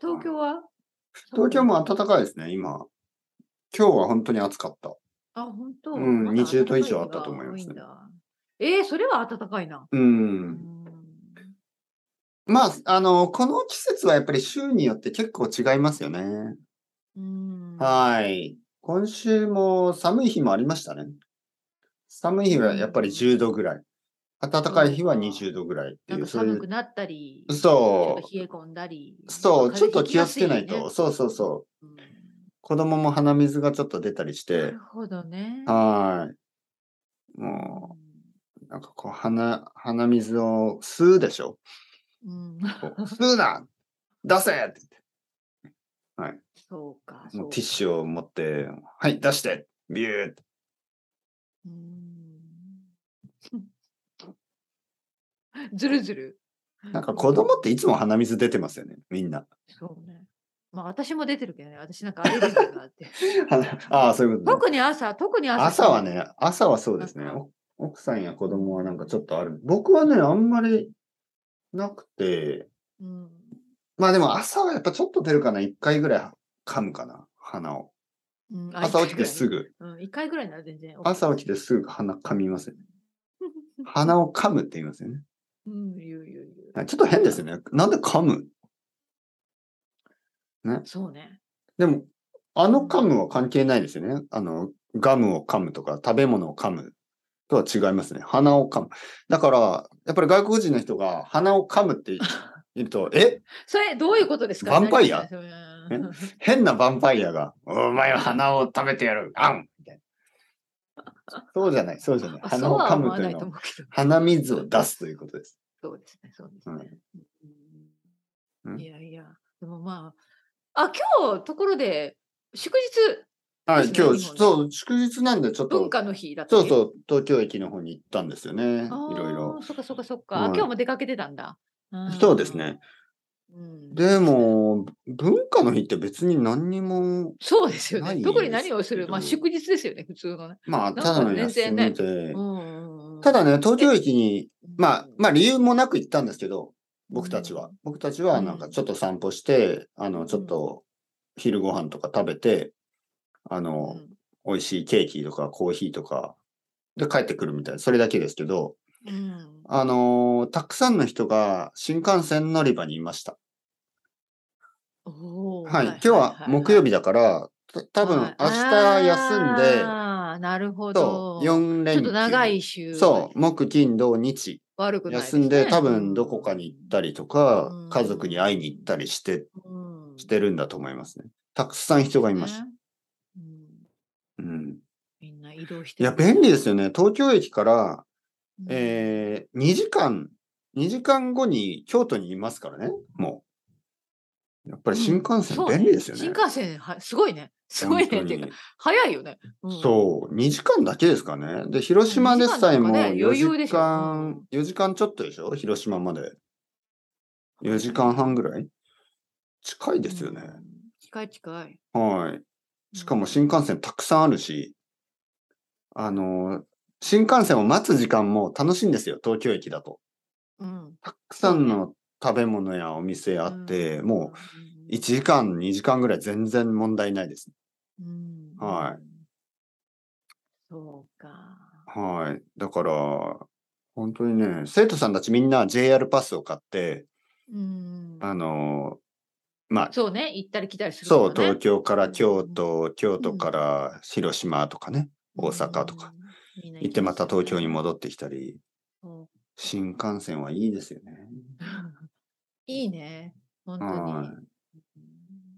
東京は東京も暖かいですね、今。今日は本当に暑かった。あ、本当うんまだ20度以上暖あったかと思いますね日が多んだえー、それは暖かいな。う。うんんまあ、あの、この季節はやっぱり週によって結構違いますよね。うんはい。今週も寒い日もありましたね。寒い日はやっぱり10度ぐらい。暖かい日は20度ぐらいってないんう、かそうい寒くう。なったり、ちょそっと冷え込んだり。う。そう、まあちょっと気をつけない。風邪と。ひきそうそうそう。やすいよね子供も鼻水がちょっと出たりしうんなてる。ほどね。はい。もう、なんかこう、鼻、鼻水を吸うでしょうん、 こう吸うな出せってそうか。もうそうティッかシュを持って、はい、出してビューって。うん ずるずる。なんか子供っていつも鼻水出てますよね、みんな。そうね。まあ私も出てるけどね、私なんかアレルギーがあって。ああ、そういうことね、特に朝、特に朝。朝はね、朝はそうですね。なんかお奥さんや子供はなんかちょっとある。僕はね、あんまりなくて、うん。まあでも朝はやっぱちょっと出るかな、一回ぐらい噛むかな、鼻を。うんあ朝起きてす。一回ぐらいねぐ。うん、1回ぐらいなら全然。朝起きてすぐ鼻噛 みますよね。鼻を噛むって言いますよね。うん、言う言う言ちょっと変ですよね。なんで噛むう。そうね。でも、あの噛むは関係ないですよね。あの、ガムを噛むとか、食べ物を噛むとは違いますね。鼻を噛む。だから、やっぱり外国人の人が鼻を噛む って言うと、えそれ、どういうことですかヴァンパイア何ですかえそれうん変なヴァンパイアが、お前は鼻を食べてやるあんみたいな。そうじゃない、そうじゃない。あ鼻を噛むそうは思わといなういのとは、思うけど。鼻水を出すということです。そうですね、そうですね。うんううんんいやいや、でもまあ、あ、今日、ところで、祝日、はい、ですね今日、日本そう、祝日なんで、ちょっと文、化の日だったそね、うそう、東京駅の方に行ったんですよね。あいーろいろ。そっかそっかそっか。はい今日も出かけてたんだ。んそうですね。。うん、でも、文化の日って別に何にも、そうですよないね。です特に何をする、まあけど祝日ですよね、普通のね。まなあ、んかただの全休然みねでう。んうんうんただね、東京駅に、まあ、まああ、理由もなく行ったんですけど、僕たちはうん。僕たちはなんかちょっと散歩して、あの、ちょっと昼ご飯とか食べて、あの、美味しいケーキとかコーヒーとか、で帰ってくるみたいな、それだけですけど、うんうんあのーたくさんの人が新幹線乗り場にいました。おーはい。今日は木曜日日だから、た多分明日休んで、あーなるほそど。う、4連ちょ休。っと長い週。そう、木、金、土、日、悪くないす休ね、んで、多分どこかに行ったりとか、うん家族に会いに行ったりして、うん、してるんだと思いますね。たくさん人がいました。ねうんうん。みんな移動していや、るね、便利ですよね。東京駅から、うんえー、2時間、2時間後に京都にいますからね、もう。やっぱり新幹線そう便利ですよね。新幹線はすごいね。すごいねっていうか本当に早いよね。うんそう、2時間だけですかね。で、広島でさえも二時間なんかね4余裕で時しょう間ん、 4時間ちょっとでしょ広島まで。4時間半ぐらい近いですよね。うん近い近い。はい。しかも新幹線たくさんあるし、あの、新幹線を待つ時間も楽しいんですよ、東京駅だと。うん、たくさんの食べ物やお店あって、もう1時間、2時間ぐらい全然問題ないです。うん、。はいそうか。はい。だから、本当にね、生徒さんたちみんな JR パスを買って、うん、あの、まあ、そうね、行ったり来たりするそう、からね東京から京都、京都から広島とかね、大阪とか、うんみんな行ってまた東京にも戻ってきたり、新幹線はいいですよね。 いいね、本当に。は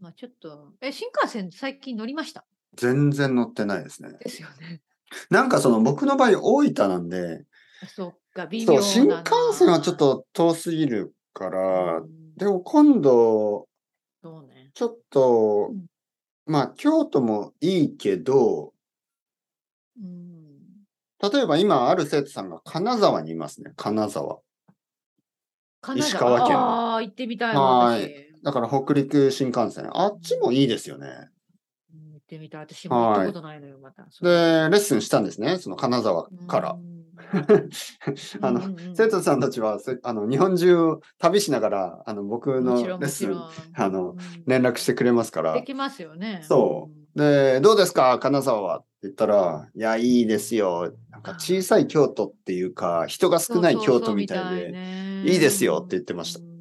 まあちょっと、え、新幹線最近乗りました。全然乗ってないですね。ですよね。 なんかその僕の場合大分なんで、あそっか、微妙そだう、な新幹線はちょっ、と遠すぎるかうら、んでも今度、そうね。ちょっとうん、まあ京都もいいけど、うん。例えば今ある生徒さんが金沢にいますね、金沢。金沢石川県ああ、行ってみたいわ。はい私だから北陸新幹線、あっちもいいですよね。うん行ってみたい。私も行っはたいことないのよ、また。そうで、レッスンしたんですね、その金沢から。うん あのうんうんうん生徒さんたちは、そあの、日本中を旅しながら、あの、僕ものちろんレッもちスろンん。あのうん連絡してくれますからで、きますよね。そで、どうですか、金沢はって言ったら、いや、いいですよ。なんか小さい京都っていうか、人がうん。少ないそうそう京そ都うみたいで、ねいいですよって言ってましたうん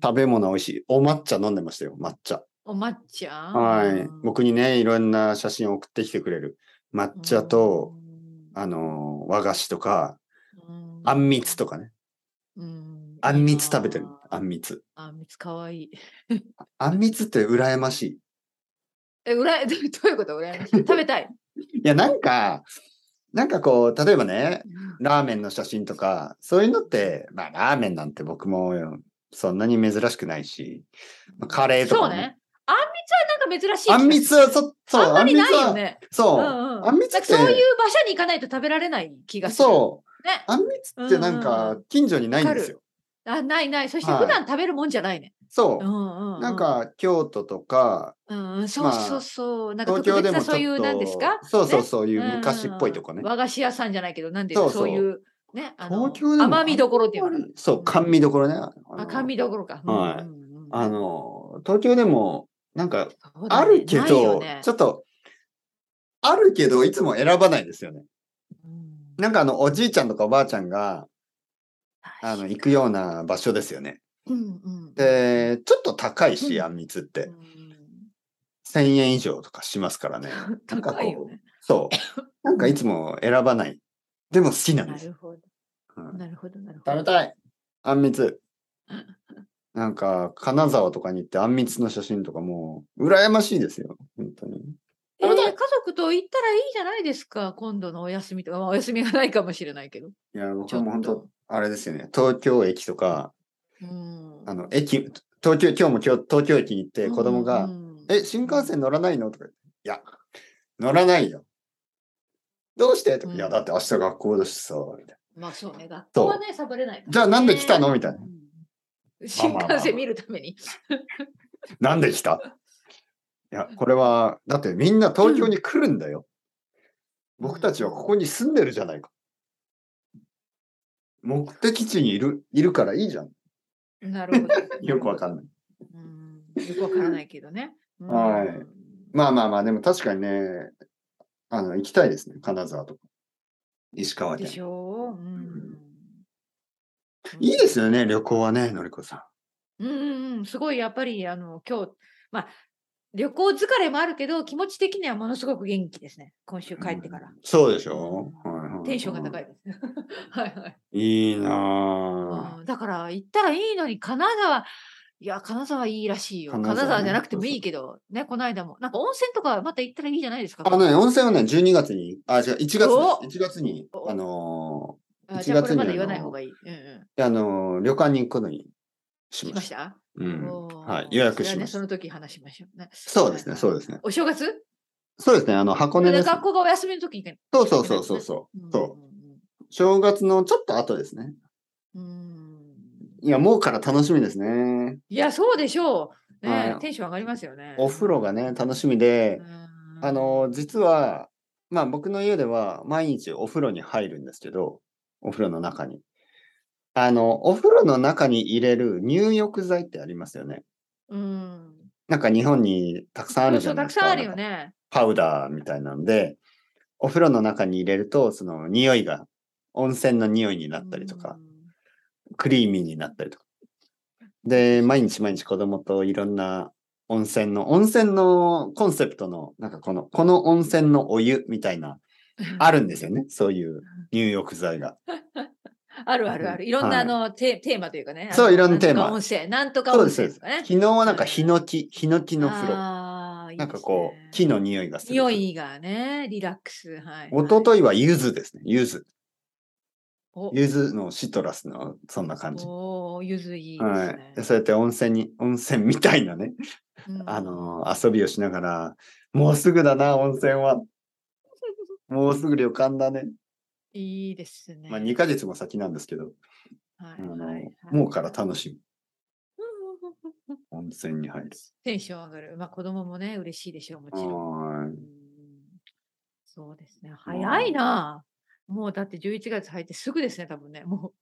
食べ物美味しい。お抹茶飲んでましたよ、抹茶。お抹茶はい。僕にね、いろんな写真を送ってきてくれる。抹茶と、、あの、和菓子とか、あんみつとか。かね。うんあんみつ食べてるいい。なあんみつ。あんみつかわいい。あんみつって羨ましい。え、う らや、どういうことうらやましい 食べたい。いや、なんか、なんかこう、例えばね、ラーメンの写真とか、そういうのって、まあ、ラーメンなんて僕もそんなに珍しくないし、まあカレーとそかうも、ね。あんみつはなんか珍しい気があする。んみつはそ、そう、あんまりないよあんみつは、ね。そう、うんうんあんみつなっんかて、そういう場所に行かないと食べられない気がする。そう、ねあんみつってなうんんうんかう、近所にないんですよ。あないない。そしてはい普段食べるもんじゃないね。そうう、んうん。なん、か、京都とか、うんうん、そうまあそうそう。なんか東特京で別もなそちょっと、ういう、なんですかそうそうねそういう昔っぽいとこうねんうん。うん和菓子屋さんじゃないけど、なんでそうそうそういう、ね、あの東京でも甘味どころっていうのかなそう、甘味どころね。あのあ、甘味どころか。うんはいうんうんあの、東京でも、なんか、そうだあねるけないよど、ねちょっと、あるけど、いつも選ばないですよね。うんなんかあの、おじいちゃんとかおばあちゃんが、あ確の、か行くような場所ですよね。うんうんで、ちょっと高いうし、んあんみつっうて。ん1000円以上とかしますからね。なんかこう高いよね。 そう。なんかいつも選ばない。でも好きなんなでする。ほど。うんなるほど、なるほど。食べたいあんみつ。なんか、金沢とかに行ってあんみつの写真とかもう、羨ましいですよ。本当に。えー食べ家た族と行ったらいいじゃないですか、今度のお休みとか、まあ、お休みがないかもしれないけど。いや、僕ちょはっもう本当と。あれですよね。東京駅とか、うんあの、駅、東京、今日も今日、東京駅に行って子供が、うんえ、新幹線乗らないのとか言っていや、乗らないよ。どうしてとか、うんいや、だって明日学校だしさ、みたいまあそうね、学校はね、サボれないからね、じゃあなんで来たのみたいなうん新幹線見るために。な。なんで来たいや、これは、だってみんな東京に来るんだよ。僕たちはここに住んでるじゃないか。目的地にいる、いるからいいじゃん。なるほど。 よくわかんない。うんよくわからないけどね。うんはいまあまあまあ、でも確かにね、あの、行きたいですね。金沢とか。石川で県。しょう、うんいいですよね、旅行はね、のりこさうんうんうん、すごいやっぱりあの今日、まあ、旅行疲れもあるけど気持ち的にはものすごく元気ですね今週ん。帰ってから、うん。そうでしょ、はいはいテンションが高いです はいはい、いいなうんだから行ったらいいのに金沢いや金沢いいらしいよ金金沢沢,、ねじゃなくてもいいけどねこの間もなんか温泉とかまた行ったらいいじゃないですかあ。あのね、温泉はね、12月に、あ、違う、1月ですお。 1月に、あのあ1じゃあこれま月でに言わあのない方がいい、うんうん、ーあのー旅館に行くことにし来ままし。したた、うん。おーはい。予そ約れはしねましそた。の時話しましょうねそうですね、はいそうですね。お正月そうですね、あの、箱根です。学校がお休みの時に行けそうそうそうそうそうんう。そう。うんうん正月のちょっと後ですね。うーんいや、もうから楽しみですね。いや、そうでしょう。ね、はいテンション上がりますよね。お風呂がね、楽しみでう、ーんあの、実は、まあ僕の家では毎日お風呂に入るんですけど、お風呂の中に。あの、お風呂の中に入れる入浴剤ってありますよね。うん。なんか日本にたくさんあそるうじそゃう、なたいでくすか。さんあるよなんかね。パウダーみたいなので、お風呂の中に入れると、その匂いが、温泉の匂いになったりとか、クリーミーになったりとか。で、毎日毎日子供といろんな温泉の、温泉のコンセプトの、なんかこの、この温泉のお湯みたいなうん。あるんですよね、そういう入浴剤が。あるあるある。いろんはいなあのテテーマというかね。あのそういろんなテーマなんとか温泉、なんとかそう温です、そ泉うでとすかね。。昨日はなんかヒノキ、ヒノキの風呂。ああ、いいなですねんかこう、木の匂いがする。匂。いがね、リラックス。はい。一昨日は柚子ですね、柚子。お柚子のシトラスの、そんな感じ。おーゆずいいですはねい。。そうやって温泉に、温泉みたいなね、うんあのー遊びをしながら、もうすぐだな、温泉は。もうすぐ旅館だね。いいですね。まあ、2ヶ月も先なんですけど、はいあのーはいはいもうから楽しみ。うん温泉に入る。テンション上がる。まあ子供もね、嬉しいでしょう、もちろん。うはーい。んそうですね。早いな。もうだって11月入ってすぐですね、多分ね。も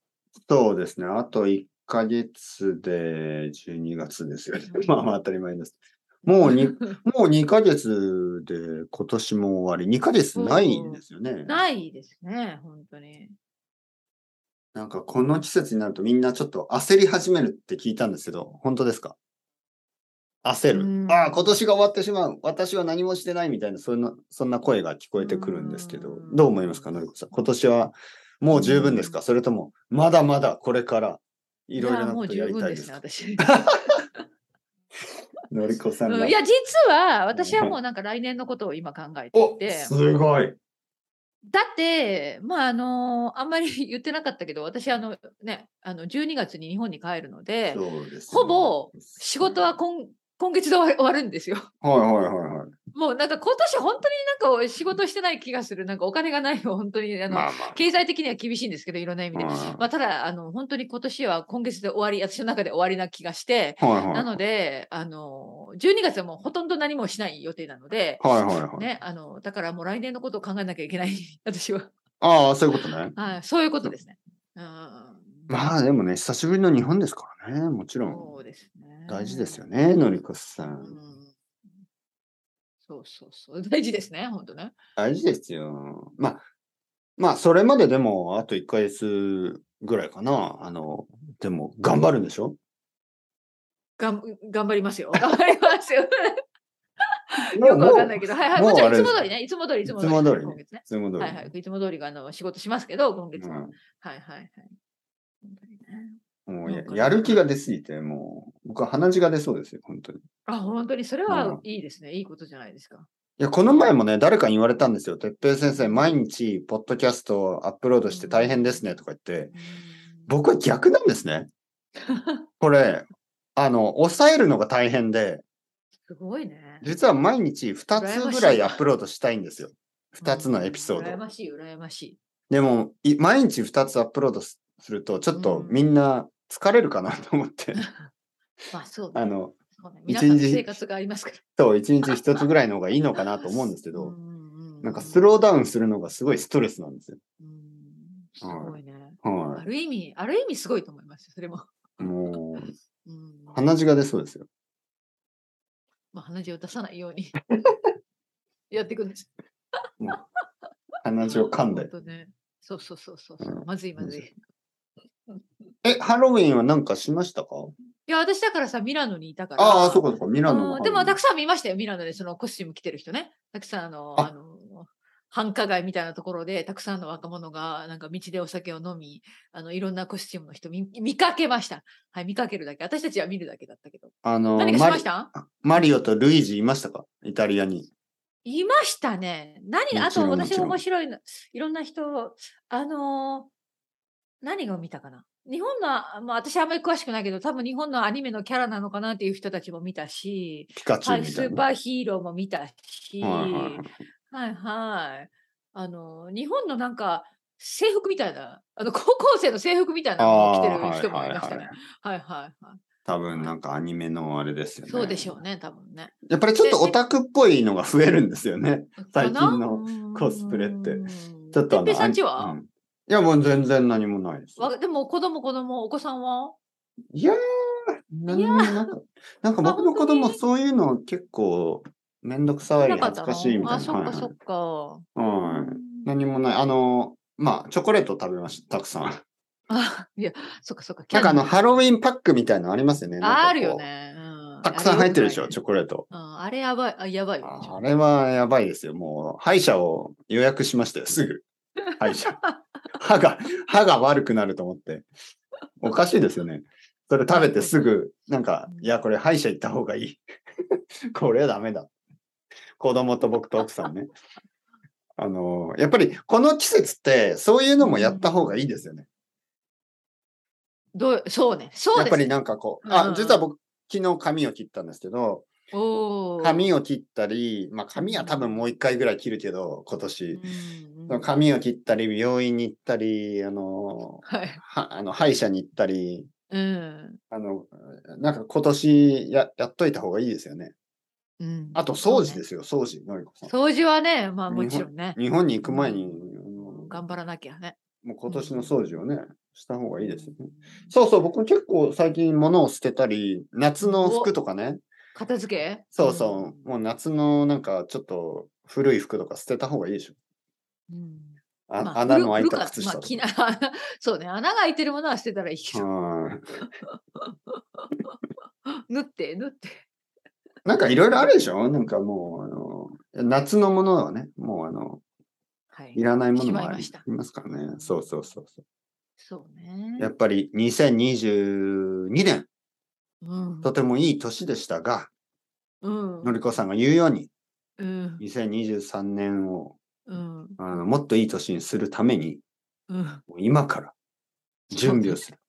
そうですね。あと1ヶ月で12月ですよねうん。 まあまあ当たり前です。もうにう。もう2ヶ月で今年も終わり、2ヶ月ないんですよね。ないですね、本当に。なんかこの季節になるとみんなちょっと焦り始めるって聞いたんですけど、本当ですか焦る。うんああ、今年が終わってしまう。私は何もしてないみたいな、そんな、そんな声が聞こえてくるんですけど、うんどう思いますか、のりこさん。今年はもう十分ですか、それとも、まだまだこれからいろいろやなもこうとや十り分たいでですすね、か私。 のりこさんうが。んいや、実は私はもうなんか来年のことを今考えていおて。すごい。だって、まああのあんまり言ってなかったけど、私あの、ね、あの12月に日本に帰るので、そうですよほぼ仕事は今今月で終わ終わるんですよ。 はいはいはいはい。もうなんか今年本当になんか仕事してない気がする、なんかお金がないよ、本当にあの、まあ経済的には厳しいんですけど、いろんな意味で。ままあ、ただあの、本当に今年は今月で終わり、私の中で終わりな気がして、あ。はいはい。なので、あの、12月はもうほとんど何もしない予定なので、はいはいはい。ね、あの、だからもう来年のことを考えなきゃいけ ない、私は。ああ、そういうことね。はい、そういうことですね。うん。まあでもね、久しぶりの日本ですからね、もちろんそうですね。大事ですよね、のりこさ。うんん。そうそうそう。大事ですね、本当ね。大事ですよ。まあ、まあ、それまででもあと1ヶ月ぐらいかな。あの、でも頑張るんで しょがん頑張りますよ。頑張ります よ。よもうくわかんないけど、はいはい。もうもちろんいあつれでもす通りね、いつも通り、いつも通り。いつも通りね今月ね。いつも通りはいはい。いつも通りがあの仕事しますけど、今月は。うんはいはいはい。本当にねもうやわかるやる気が出すぎて、もう、僕は鼻血が出そうですよ、本当に。いあ、本当にそれうんはいいですね。いいことじゃないですか。や、この前もね、誰かに言われたんですよ。てっぺい先生、毎日、ポッドキャストをアップロードして大変ですね、とか言って。うん僕は逆なんで すね。これ、あの、抑えるのが大変で、すごいね。実は毎日羨2まつしいぐらいアップロードしたいんですよ。2つのエピソうんー羨ド。ましい、羨ましい。でも、い毎日2つアップロードすすると、ちょっとうんみんな疲れるかなと思 って、まあそうねあの、そうね皆さんの一日生活がありますから。と1日1つぐらいの方がいいのかなと思うんですけうど、んううなんかスローダウンするのがすごいストレスなんですよ。うんすごいね。はある意味、ある意味すごいと思いますよ、それも。い。もうう、ん鼻血が出そうですよ。まあ、鼻血を出さないように やっていくんです。 鼻血を噛んで本。当ね。そうそうそうそうそうう。んまずいまずい。いえ、ハロウィンはなんかしましたかや、私だからさ、ミラノにいたから。ああ、そうかそうか、ミラノのハロウうィン。んでも、たくさん見ましたよ、ミラノでそのコスチューム着てる人ね。たくさん、あの、ああの、繁華街みたいなところで、たくさんの若者が、なんか道でお酒を飲み、あの、いろんなコスチュームの人見、見かけました。はい、見かけるだけ。私たちは見るだけだったけど。あの、何かしマまリしたマリオとルイージいましたかイタリアに。いましたね。何が、もあちろとんも私ちろん面白いの、いろんな人、あのー何を見たかな。日本の、まあ私あんまり詳しくないけど、多分日本のアニメのキャラなのかなっていう人たちも見たし、ピカチはュウい、みスたいーな。パーヒーローも見たし、はいはいはいはいはい。あの、日本のなんか、制服みたいな、あの、高校生の制服みたいなのを着てる人もいましたね。はいはいは多分なんかアニメのあれですよい。ね。そうでしょうね、多分ね。やっぱりちょっとオタクっぽいのが増えるんですよね。最近のコスプレってちょっとあの。てっぺいさんちあはう、んいや、もう全然何もないです。わでも子供子供、お子さんはいやー、何もなんか、なんか僕の子あ供本当にそういうの結構めんどくさい、なかった恥ずのかしいみたいな。あ、そっかはいはいそっか。はうい。ん何もない。あの、まあ、チョコレート食べました、たくさん。あ、いや、そっかそっか。なんかあの、キハロウィンパックみたいなのありますよね。ャンディーなんかこうあるよ。ね。うんたくさん入ってるでしょ、チょョコレート。あれやばい、あやばいよね。ちょっとあれはやばいですよ。もう、歯医者を予約しましたよ、すぐ。歯医者。歯が、歯が悪くなると思って。おかしいですよね。それ食べてすぐ、なんか、いや、これ歯医者行った方がい い。これはダメだ。子供と僕と奥さんね。あのやっぱりこの季節って、そういうのもやった方がいいですよね。どうそうね。そうやっでぱすりね。なんかこう、うあん、実は僕、昨日髪を切ったんですけど、おー髪を切ったり、まあ髪は多分もう一回ぐらい切るけど、今年。うんそうんの髪を切ったり、病院に行ったり、あの、はい。はあの歯医者に行ったり、うん。あの、なんか今年ややっといた方がいいですよね。うんあと掃除ですよ、掃除、のりこさん。そうね。掃除はね、まあもちろんね。日本に行く前に、あのうん、頑張らなきゃね。もう今年の掃除をね、した方がいいですよね。そうそう、僕も結構最近物を捨てたり、夏の服とかね、片付けそうそう、もう夏のなんかちょっと古い服とか捨てた方がいいでしょ。うん。うんあまあ穴の開い古た古靴か下まとあか。きなそうね、穴が開いてるものは捨てたらいいけど、うん縫って、縫って。なんかいろいろあるでしょなんかもうあの、夏のものはね、もうあの、はいい。らないものもしまいあまりしたいますからね。そうそうそうそそうねう。。やっぱり2022年、うんとてもいい年でしたが、うんのりこさんが言うように、うん2023年をうんあのもっといい年にするために、うんもう今から準備をする。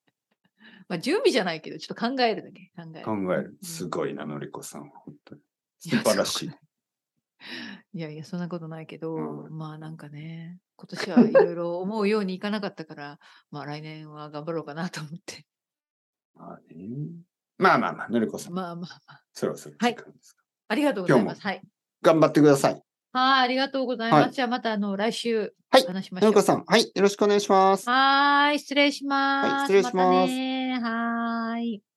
まあ準備じゃないけど、ちょっと考えるだけ。考える。考える。すごいな、のりこさんは。本当に素晴らしいいや。いやいや、そんなことないけど、うまあなんかね、今 年はいろいろ思うようにいかなかったから、まあ来年は頑張ろうかなと思って。 まあねまあまあまあ、のりこさん、まあまあまあ。そろそろはい時間ですかありがとうございます。はい。頑張ってください。はい、ありがとうございます。はいじゃあまたあの来週はい話しましのょう。りこさん、はい、よろしんお願いします。はーい、失礼します。失礼しまたすねーはーい。